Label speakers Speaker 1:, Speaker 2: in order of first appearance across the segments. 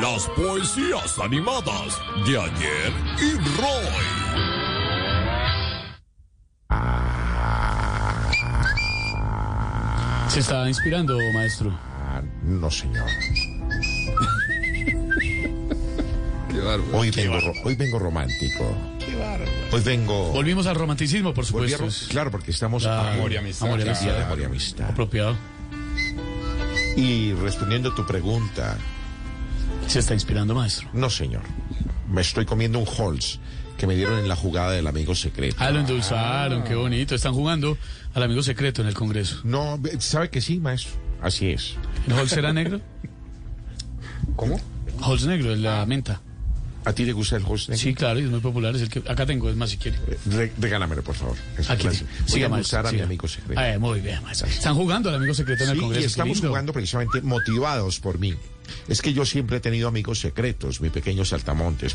Speaker 1: las poesías animadas de ayer y Roy.
Speaker 2: Se está inspirando, maestro.
Speaker 3: No, señor. Hoy vengo, ro- hoy vengo romántico. Hoy vengo.
Speaker 2: Volvimos al romanticismo, por
Speaker 3: volví a
Speaker 2: supuesto.
Speaker 3: ro-
Speaker 2: es
Speaker 3: Claro, porque estamos
Speaker 2: Claro.
Speaker 3: amor y
Speaker 2: Amor y
Speaker 3: que es día de
Speaker 2: amistad.
Speaker 3: amor y amistad.
Speaker 2: Apropiado.
Speaker 3: Y respondiendo a tu pregunta,
Speaker 2: Se está inspirando, maestro.
Speaker 3: no, señor. Me estoy comiendo un Halls que me dieron en la jugada del amigo secreto.
Speaker 2: Ah, lo endulzaron, qué bonito. Están jugando al amigo secreto en el Congreso.
Speaker 3: No, ¿sabe que sí, maestro? Así es.
Speaker 2: ¿El Holz era negro?
Speaker 3: ¿Cómo?
Speaker 2: Holz negro, es la menta.
Speaker 3: ¿A ti te gusta el Halls? negro?
Speaker 2: Sí, claro, y es muy popular. Es el que acá tengo, es más si quiere.
Speaker 3: Eh, re- Regálamelo, por favor. Es
Speaker 2: Aquí.
Speaker 3: más, Voy a endulzar a mi
Speaker 2: siga.
Speaker 3: amigo secreto.
Speaker 2: Ah, eh, muy bien, maestro. Están jugando al amigo secreto en el
Speaker 3: Sí,
Speaker 2: Congreso.
Speaker 3: y
Speaker 2: qué
Speaker 3: estamos
Speaker 2: lindo.
Speaker 3: jugando precisamente motivados por mí. Es que yo siempre he tenido amigos secretos, mis pequeños saltamontes,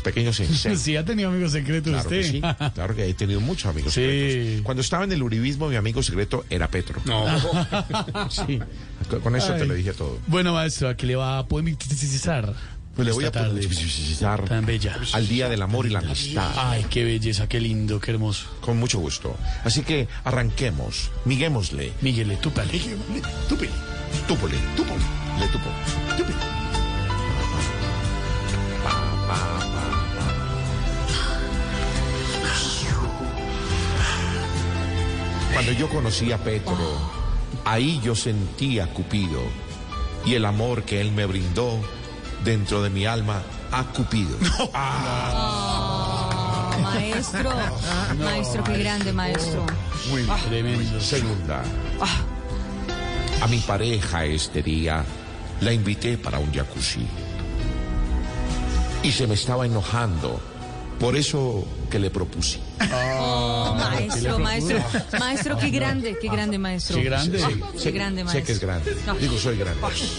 Speaker 3: pequeños insectos.
Speaker 2: Sí, ha tenido amigos secretos
Speaker 3: Claro que
Speaker 2: usted.
Speaker 3: sí, claro que he tenido muchos amigos
Speaker 2: Sí.
Speaker 3: secretos. Cuando estaba en el uribismo, mi amigo secreto era Petro. No. sí, con- con eso te
Speaker 2: Ay.
Speaker 3: lo dije todo.
Speaker 2: Bueno, maestro, ¿a qué le va a poemitizar?
Speaker 3: Pues le voy a
Speaker 2: esta tarde?
Speaker 3: publicitar
Speaker 2: Tan bella.
Speaker 3: al Día del Amor y la Amistad.
Speaker 2: Ay, qué belleza, qué lindo, qué hermoso.
Speaker 3: Con mucho gusto. Así que arranquemos, miguémosle.
Speaker 2: Miguel, tú pale.
Speaker 3: Tupele, tupele, tupele, le tupo, tupele. Cuando yo conocí a Petro, ahí yo sentí a Cupido y el amor que él me brindó dentro de mi alma a Cupido.
Speaker 4: Maestro, maestro, qué grande, maestro.
Speaker 3: Muy bien.
Speaker 2: Tremendo.
Speaker 3: Segunda.
Speaker 4: Ah.
Speaker 3: A mi pareja este día la invité para un jacuzzi. Y se me estaba enojando. Por eso que le propuse.
Speaker 4: Maestro, maestro, maestro, qué grande, qué grande, maestro.
Speaker 2: Qué grande.
Speaker 4: Ah, Qué grande,
Speaker 3: Sé que es
Speaker 4: maestro.
Speaker 3: grande.
Speaker 4: No.
Speaker 3: Digo, soy grande. Guas,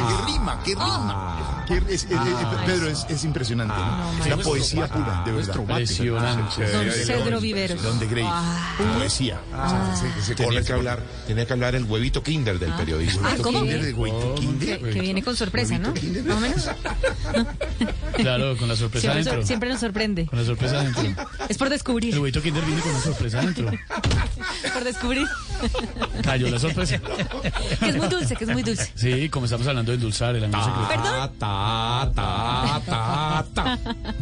Speaker 5: Qué rima, qué rima. Qué- es- es- es- Pedro, es, es impresionante.
Speaker 4: No,
Speaker 5: Es la poesía pura, de verdad.
Speaker 2: Impresionante.
Speaker 4: Don Cedro Viveros.
Speaker 5: Don de Grey.
Speaker 4: Ah.
Speaker 5: Poesía. O sea, se- se
Speaker 3: Tenía
Speaker 5: corre,
Speaker 3: que
Speaker 5: se
Speaker 3: hablar, tenía que hablar el huevito Kinder del periodismo.
Speaker 4: Ah, ¿cómo?
Speaker 5: Kinder de Huevito
Speaker 4: Que,
Speaker 5: Kinder.
Speaker 4: que viene con sorpresa, ¿no? Más o menos.
Speaker 2: Claro, con la sorpresa
Speaker 4: Siempre,
Speaker 2: adentro.
Speaker 4: sor- siempre nos sorprende.
Speaker 2: Con la sorpresa adentro.
Speaker 4: Es por
Speaker 2: El
Speaker 4: descubrir,
Speaker 2: huevito Kinder viene con una sorpresa adentro.
Speaker 4: por descubrir.
Speaker 2: Cayó la sorpresa.
Speaker 4: Que es muy dulce, que es muy dulce.
Speaker 2: Sí, como estamos hablando de endulzar, el amigo secreto.
Speaker 4: Ah. Perdón.
Speaker 3: Ta, ta, ta, ta.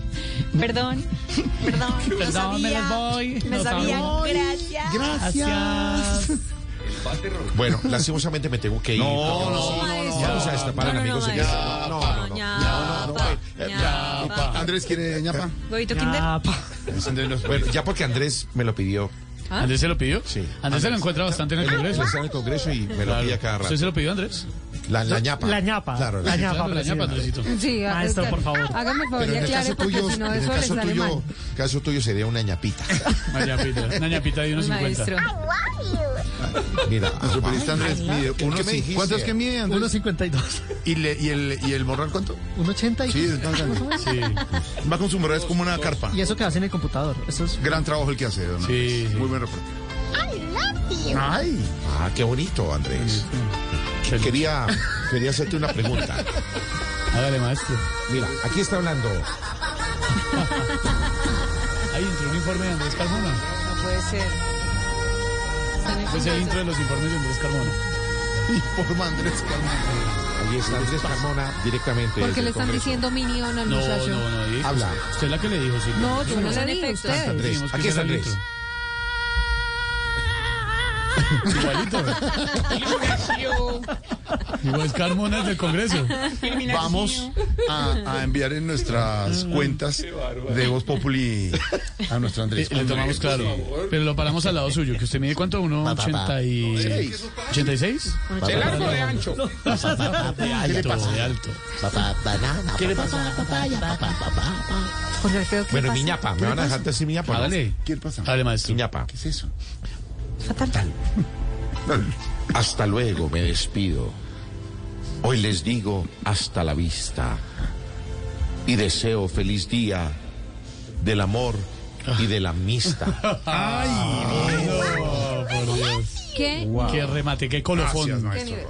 Speaker 4: Perdón, perdón.
Speaker 2: Perdón,
Speaker 4: No
Speaker 2: me las
Speaker 4: sabía.
Speaker 2: voy.
Speaker 4: No
Speaker 2: No
Speaker 4: sabía.
Speaker 2: sabía.
Speaker 4: Gracias.
Speaker 2: Gracias.
Speaker 3: Bueno, lastimosamente me tengo que ir. No,
Speaker 4: maestro.
Speaker 3: Vamos a destapar
Speaker 4: No,
Speaker 3: al
Speaker 4: no,
Speaker 3: amigo
Speaker 4: no,
Speaker 3: secreto.
Speaker 4: maestro.
Speaker 3: No, no, no.
Speaker 4: Ñapa, ñapa.
Speaker 5: Andrés quiere ñapa.
Speaker 4: Huevito Kinder.
Speaker 5: Andrés nos-
Speaker 3: Bueno, ya porque Andrés me lo pidió.
Speaker 6: Ah,
Speaker 2: ¿Andrés se lo pidió?
Speaker 3: Sí.
Speaker 2: Andrés se lo encuentra bastante en el
Speaker 3: Él
Speaker 2: Congreso.
Speaker 3: está en el Congreso y me lo pide a cada
Speaker 2: ¿Usted
Speaker 3: rato.
Speaker 2: se lo pidió, Andrés?
Speaker 5: La, la ñapa.
Speaker 6: La ñapa.
Speaker 5: Claro,
Speaker 6: la ñapa,
Speaker 2: Claro, la ñapa,
Speaker 6: presidenta.
Speaker 2: Andresito.
Speaker 4: Ah, Sí, ha-
Speaker 6: Maestro,
Speaker 4: ya-
Speaker 6: por favor.
Speaker 4: Hágame el favor y
Speaker 5: Pero en el
Speaker 4: aclare
Speaker 5: caso
Speaker 4: porque
Speaker 5: tuyo,
Speaker 4: si no
Speaker 5: en el
Speaker 4: eso le
Speaker 5: caso
Speaker 4: sale
Speaker 5: tuyo,
Speaker 4: mal.
Speaker 5: en el caso tuyo sería una ñapita.
Speaker 2: Una ñapita, una ñapita de unos 50.
Speaker 4: Maestro.
Speaker 3: Mira, ah,
Speaker 5: Nuestro periodista Andrés mide
Speaker 3: ¿Qué- qué me
Speaker 5: 1,50.
Speaker 3: dijiste?
Speaker 5: ¿Cuánto es que mide Andrés?
Speaker 6: 1.52.
Speaker 5: ¿Y, le- y el, ¿Y el morral cuánto?
Speaker 6: 1.80 y...
Speaker 5: Sí, es más grande.
Speaker 2: Sí,
Speaker 3: ah,
Speaker 5: Va con su morral, es como una carpa.
Speaker 6: Y eso que hace en el computador. Eso es...
Speaker 5: Gran trabajo el que hace, don Andrés.
Speaker 2: Sí, sí.
Speaker 5: Muy buen reporte. Ay,
Speaker 3: Ah, qué bonito, Andrés. Quería, quería hacerte una pregunta.
Speaker 2: hágale, maestro.
Speaker 3: Mira, aquí está hablando.
Speaker 2: Ahí entró un informe de Andrés Carmona.
Speaker 4: No puede ser. Están
Speaker 2: Es Pues el intro
Speaker 4: exitosos.
Speaker 2: de los informes de Andrés Carmona.
Speaker 5: Informa Andrés Carmona.
Speaker 3: Ahí está Andrés Carmona directamente. desde
Speaker 4: Porque
Speaker 3: el
Speaker 4: le están
Speaker 3: Congreso.
Speaker 4: diciendo minion al
Speaker 2: No,
Speaker 4: muchacho.
Speaker 2: no, no. diga
Speaker 3: Habla.
Speaker 2: Usted, usted es la que le dijo, sí.
Speaker 4: No, yo no le dije ustedes.
Speaker 3: Andrés,
Speaker 2: Dijimos que
Speaker 3: aquí está
Speaker 2: ese era el
Speaker 3: Andrés.
Speaker 2: intro. Igualito. Igual es Carmona es del Congreso.
Speaker 5: Vamos a, a enviar en nuestras cuentas de Voz Populi a nuestro
Speaker 2: Eh,
Speaker 5: Andrés.
Speaker 2: Le tomamos claro. Pero lo paramos al lado suyo, que usted mide cuánto, uno
Speaker 3: Pa, pa, pa.
Speaker 2: 80 y... 86?
Speaker 3: De largo de ancho.
Speaker 2: Alto, de alto.
Speaker 3: Papá, banana, ¿Qué le pasa? Papaya, papá, papá, papá.
Speaker 4: Jorge Alfredo, ¿qué
Speaker 3: Bueno,
Speaker 4: pasa?
Speaker 3: mi ñapa, me van a dejar decir mi ñapa. ¿no?
Speaker 2: Hágale.
Speaker 5: ¿Qué pasa?
Speaker 2: Hágale, maestro.
Speaker 3: Mi ñapa.
Speaker 5: ¿Qué es eso?
Speaker 4: Fatal.
Speaker 3: Hasta luego, me despido. Hoy les digo hasta la vista. Y deseo feliz día del amor y de la amistad.
Speaker 2: Oh, por Dios.
Speaker 4: ¿Qué?
Speaker 2: Qué remate, qué colofón.
Speaker 5: Gracias,
Speaker 4: ¿Qué
Speaker 5: maestro.
Speaker 4: nivel?